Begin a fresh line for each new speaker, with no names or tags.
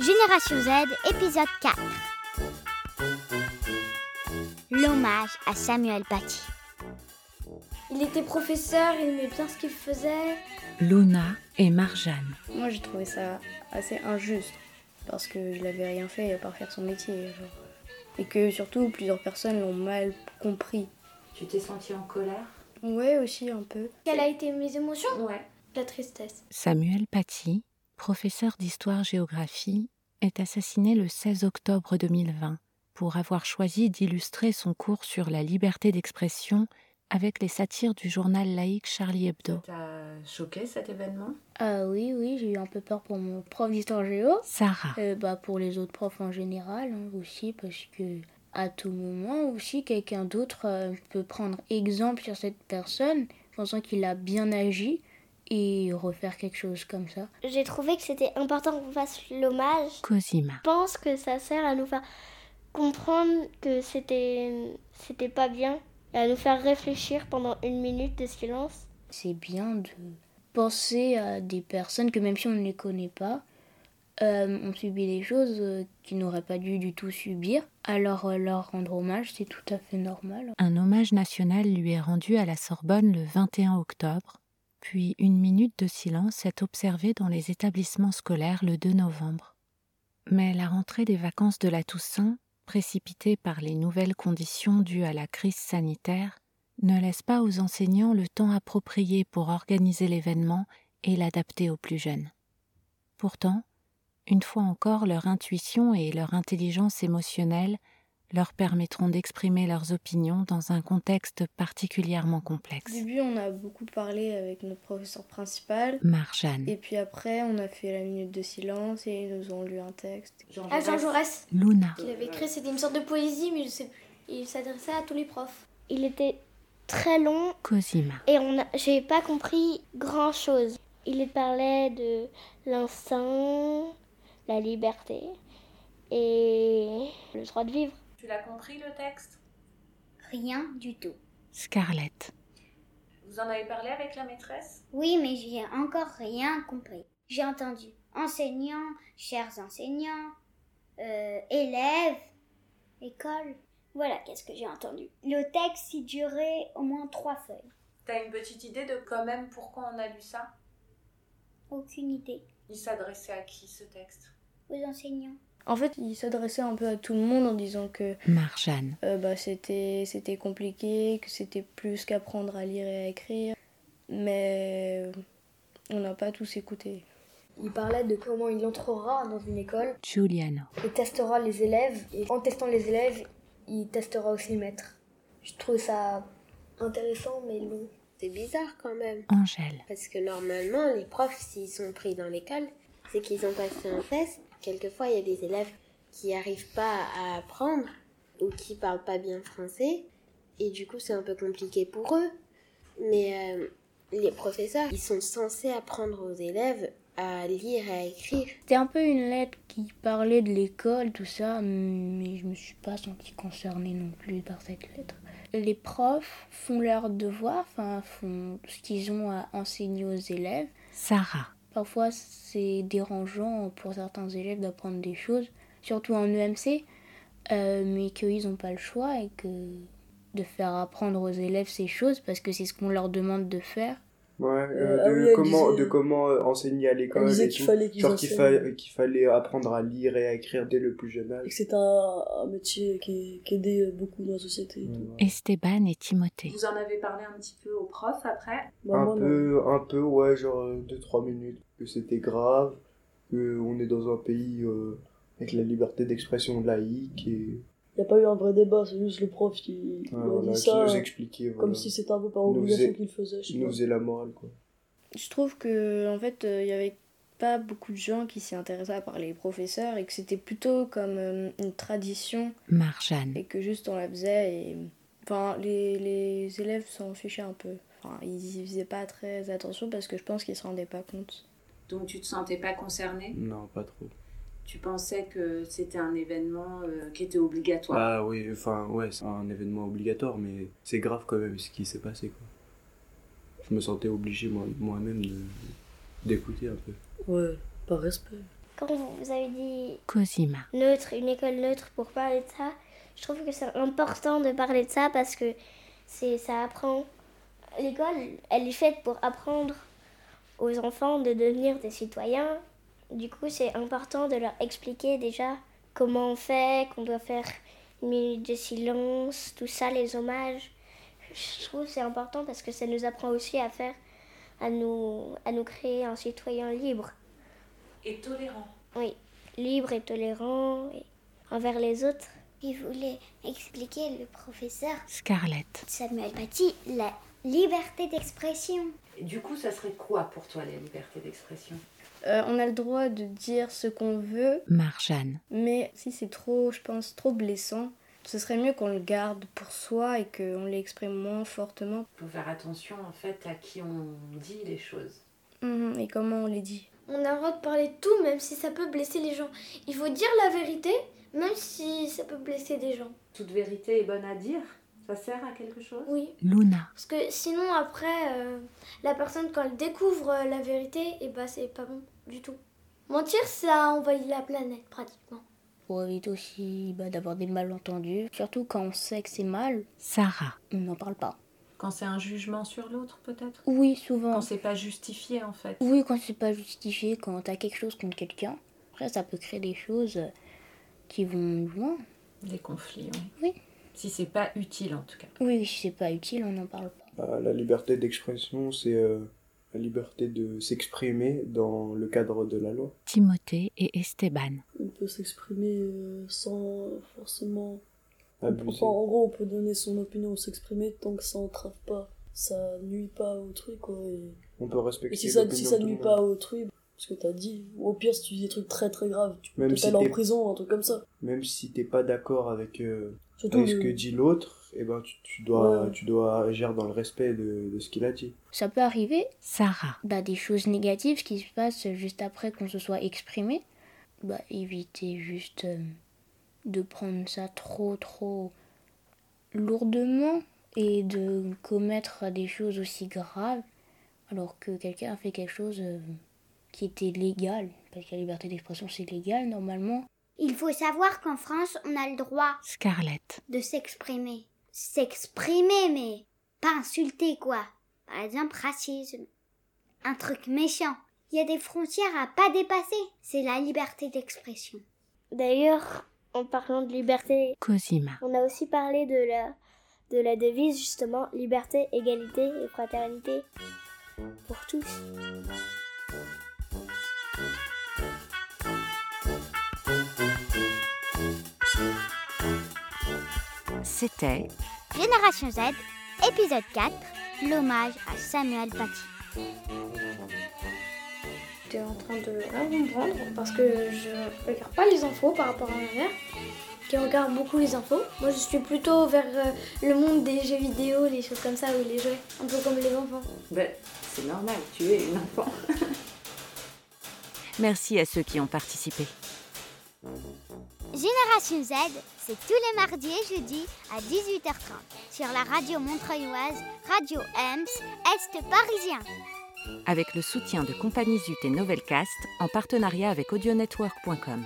Génération Z, épisode 4. L'hommage à Samuel Paty.
Il était professeur, il aimait bien ce qu'il faisait.
Luna et Marjane.
Moi, j'ai trouvé ça assez injuste parce que il avait rien fait à part faire son métier. genre. Et que surtout, plusieurs personnes l'ont mal compris.
Tu t'es senti en colère
Ouais, aussi un peu.
Quelles a été mes émotions
Ouais.
La tristesse.
Samuel Paty, professeur d'histoire-géographie, est assassiné le 16 octobre 2020 pour avoir choisi d'illustrer son cours sur la liberté d'expression avec les satires du journal laïque Charlie Hebdo.
T'as choqué cet événement
Ah oui, oui, j'ai eu un peu peur pour mon prof d'histoire géo.
Sarah,
Euh, bah, pour les autres profs en général hein, aussi, parce que à tout moment aussi, quelqu'un d'autre euh, peut prendre exemple sur cette personne, pensant qu'il a bien agi, et refaire quelque chose comme ça.
J'ai trouvé que c'était important qu'on fasse l'hommage.
Cosima,
Je pense que ça sert à nous faire comprendre que c'était c'était pas bien et à nous faire réfléchir pendant une minute de silence.
C'est bien de penser à des personnes que même si on ne les connaît pas, euh, on subit des choses euh, qu'ils n'auraient pas dû du tout subir, alors euh, leur rendre hommage, c'est tout à fait normal.
un hommage national lui est rendu à la Sorbonne le 21 octobre, puis une minute de silence est observée dans les établissements scolaires le 2 novembre. Mais la rentrée des vacances de la Toussaint, précipitée par les nouvelles conditions dues à la crise sanitaire, ne laisse pas aux enseignants le temps approprié pour organiser l'événement et l'adapter aux plus jeunes. Pourtant, une fois encore, leur intuition et leur intelligence émotionnelle leur permettront d'exprimer leurs opinions dans un contexte particulièrement
Au
complexe.
début, on a beaucoup parlé avec notre professeur principal.
Marjane,
Et puis après, on a fait la minute de silence et ils nous ont lu un texte.
Jean
Ah, Jean Jaurès,
Luna,
qu'il avait créé, c'était une sorte de poésie, mais je sais plus. Il s'adressait à tous les profs. Il était très long
Cosima,
Et on a- j'ai pas compris grand chose. Il parlait de l'instinct, la liberté et le droit de vivre.
Tu l'as compris le texte
Rien du tout.
Scarlett,
Vous en avez parlé avec la maîtresse
Oui, mais j'ai encore rien compris. J'ai entendu enseignants, chers enseignants, euh, élèves, école. Voilà qu'est-ce que j'ai entendu. Le texte, il durait au moins trois feuilles.
T'as une petite idée de quand même pourquoi on a lu ça
Aucune idée.
Il s'adressait à qui ce texte
Aux enseignants.
En fait, il s'adressait un peu à tout le monde en disant que
Marjane,
euh, bah, c'était c'était compliqué, que c'était plus qu'apprendre à lire et à écrire. Mais euh, on n'a pas tous écouté.
Il parlait de comment il entrera dans une école
Giuliano,
et testera les élèves. Et en testant les élèves, il testera aussi le maître. Je trouve ça intéressant mais long.
C'est bizarre quand même,
Angèle,
parce que normalement, les profs, s'ils sont pris dans l'école, c'est qu'ils ont passé un test. Quelquefois, il y a des élèves qui n'arrivent pas à apprendre ou qui parlent pas bien français, et du coup, c'est un peu compliqué pour eux. Mais euh, les professeurs, ils sont censés apprendre aux élèves à lire et à écrire.
C'était un peu une lettre qui parlait de l'école, tout ça, mais je me suis pas sentie concernée non plus par cette lettre. Les profs font leur devoir, enfin font ce qu'ils ont à enseigner aux élèves.
Sarah,
Parfois c'est dérangeant pour certains élèves d'apprendre des choses, surtout en EMC, euh, mais qu'ils n'ont pas le choix et que de faire apprendre aux élèves ces choses parce que c'est ce qu'on leur demande de faire.
Ouais,
Euh,
euh,
ah
de,
oui, elle
comment,
disait-
de comment euh, enseigner à
Elle
l'école
disait
et
qu'il
tout.
fallait qu'ils
Genre qu'il,
enseignent.
fa- qu'il fallait apprendre à lire et à écrire dès le plus jeune
Et que
âge.
c'est un, un métier qui, qui aidait beaucoup dans la société. et
Mm.
tout.
Esteban et Timothée,
Vous en avez parlé un petit peu au prof après
Bah,
Un
moi, non.
peu, un peu, ouais, genre 2-3 minutes, que c'était grave, qu'on est dans un pays euh, avec la liberté d'expression laïque et
Il n'y a pas eu un vrai débat, c'est juste le prof qui, qui
Ouais,
a
voilà,
dit
qui
ça,
nous
euh,
expliquait, voilà,
comme si c'était un peu par
Nous
obligation
faisait-
qu'il faisait. je sais
qui nous
pas.
faisait la morale, quoi.
Je trouve que en fait, euh, il y avait pas beaucoup de gens qui s'y intéressaient à part les professeurs et que c'était plutôt comme euh, une tradition
Marjane,
et que juste on la faisait et enfin les, les élèves s'en fichaient un peu. Enfin, ils y faisaient pas très attention parce que je pense qu'ils se rendaient pas compte.
Donc tu te sentais pas concernée
Non, pas trop.
Tu pensais que c'était un événement euh, qui était obligatoire.
Ah oui, enfin, ouais, c'est un événement obligatoire, mais c'est grave quand même ce qui s'est passé, quoi. Je me sentais obligé moi- moi-même de d'écouter un peu.
Ouais, par respect.
Quand vous vous avez dit
Cosima.
neutre, une école neutre pour parler de ça, je trouve que c'est important de parler de ça parce que c'est ça apprend. L'école, elle est faite pour apprendre aux enfants de devenir des citoyens. Du coup, c'est important de leur expliquer déjà comment on fait, qu'on doit faire une minute de silence, tout ça, les hommages. Je trouve que c'est important parce que ça nous apprend aussi à faire, à nous, à nous créer un citoyen libre.
Et tolérant.
Oui, libre et tolérant et envers les autres.
Il voulait expliquer le professeur
Scarlett.
Samuel Paty la liberté d'expression.
Et du coup, ça serait quoi pour toi la liberté d'expression
Euh, on a le droit de dire ce qu'on veut,
Marjane.
mais si c'est trop, je pense, trop blessant, ce serait mieux qu'on le garde pour soi et qu'on l'exprime moins fortement.
Il faut faire attention en fait à qui on dit les choses.
Mhm, et comment on les dit
On a le droit de parler de tout, même si ça peut blesser les gens. Il faut dire la vérité, même si ça peut blesser des gens.
Toute vérité est bonne à dire. Ça sert à quelque chose
Oui.
Luna.
Parce que sinon, après, euh, la personne, quand elle découvre euh, la vérité, et bah c'est pas bon du tout. Mentir, ça envahit la planète, pratiquement.
Pour éviter aussi bah, d'avoir des malentendus, surtout quand on sait que c'est mal,
Sarah.
on n'en parle pas.
Quand c'est un jugement sur l'autre, peut-être
Oui, souvent.
Quand c'est pas justifié, en fait.
Oui, quand c'est pas justifié, quand t'as quelque chose contre quelqu'un, après ça peut créer des choses euh, qui vont loin.
Des conflits, oui.
Oui.
Si c'est pas utile, en tout cas.
Oui, si c'est pas utile, on n'en parle pas.
Bah, la liberté d'expression, c'est euh, la liberté de s'exprimer dans le cadre de la loi.
Timothée et Esteban.
On peut s'exprimer euh, sans forcément.
Abuser.
Enfin, en gros, on peut donner son opinion, s'exprimer tant que ça entrave pas. Ça nuit pas à autrui, quoi. Et,
On peut respecter
et si ça,
l'opinion
si ça
de tout le
nuit
monde.
pas à autrui, ce que t'as dit, ou au pire, si tu dis des trucs très très graves, tu peux
Même
peut
si
aller
t'es-
en prison, un truc comme ça.
Même si t'es pas d'accord avec, euh,
Surtout
avec ce
le-
que dit l'autre, eh ben, tu, tu dois,
Ouais.
tu dois agir dans le respect de, de ce qu'il a dit.
Ça peut arriver,
Sarah.
bah, des choses négatives qui se passent juste après qu'on se soit exprimé. Bah, éviter juste euh, de prendre ça trop trop lourdement et de commettre des choses aussi graves alors que quelqu'un a fait quelque chose euh, qui était légal. Parce que la liberté d'expression c'est légal normalement.
Il faut savoir qu'en France, on a le droit
Scarlett.
de s'exprimer. S'exprimer, mais pas insulter, quoi. Par exemple, racisme. Un truc méchant. Il y a des frontières à pas dépasser. C'est la liberté d'expression.
D'ailleurs, en parlant de liberté,
Cosima.
on a aussi parlé de la, de la devise justement liberté, égalité et fraternité pour tous.
C'était
Génération Z, épisode 4, l'hommage à Samuel Paty.
J'étais en train de rien comprendre parce que je regarde pas les infos par rapport à ma mère qui regarde beaucoup les infos. Moi je suis plutôt vers euh, le monde des jeux vidéo, les choses comme ça où les jeux, un peu comme les enfants.
Ben, c'est normal, tu es une enfant.
Merci à ceux qui ont participé.
Génération Z, c'est tous les mardis et jeudis à 18h30 sur la radio montreuilloise Radio EMS Est Parisien.
Avec le soutien de Compagnie Zut et Novelcast en partenariat avec audionetwork.com.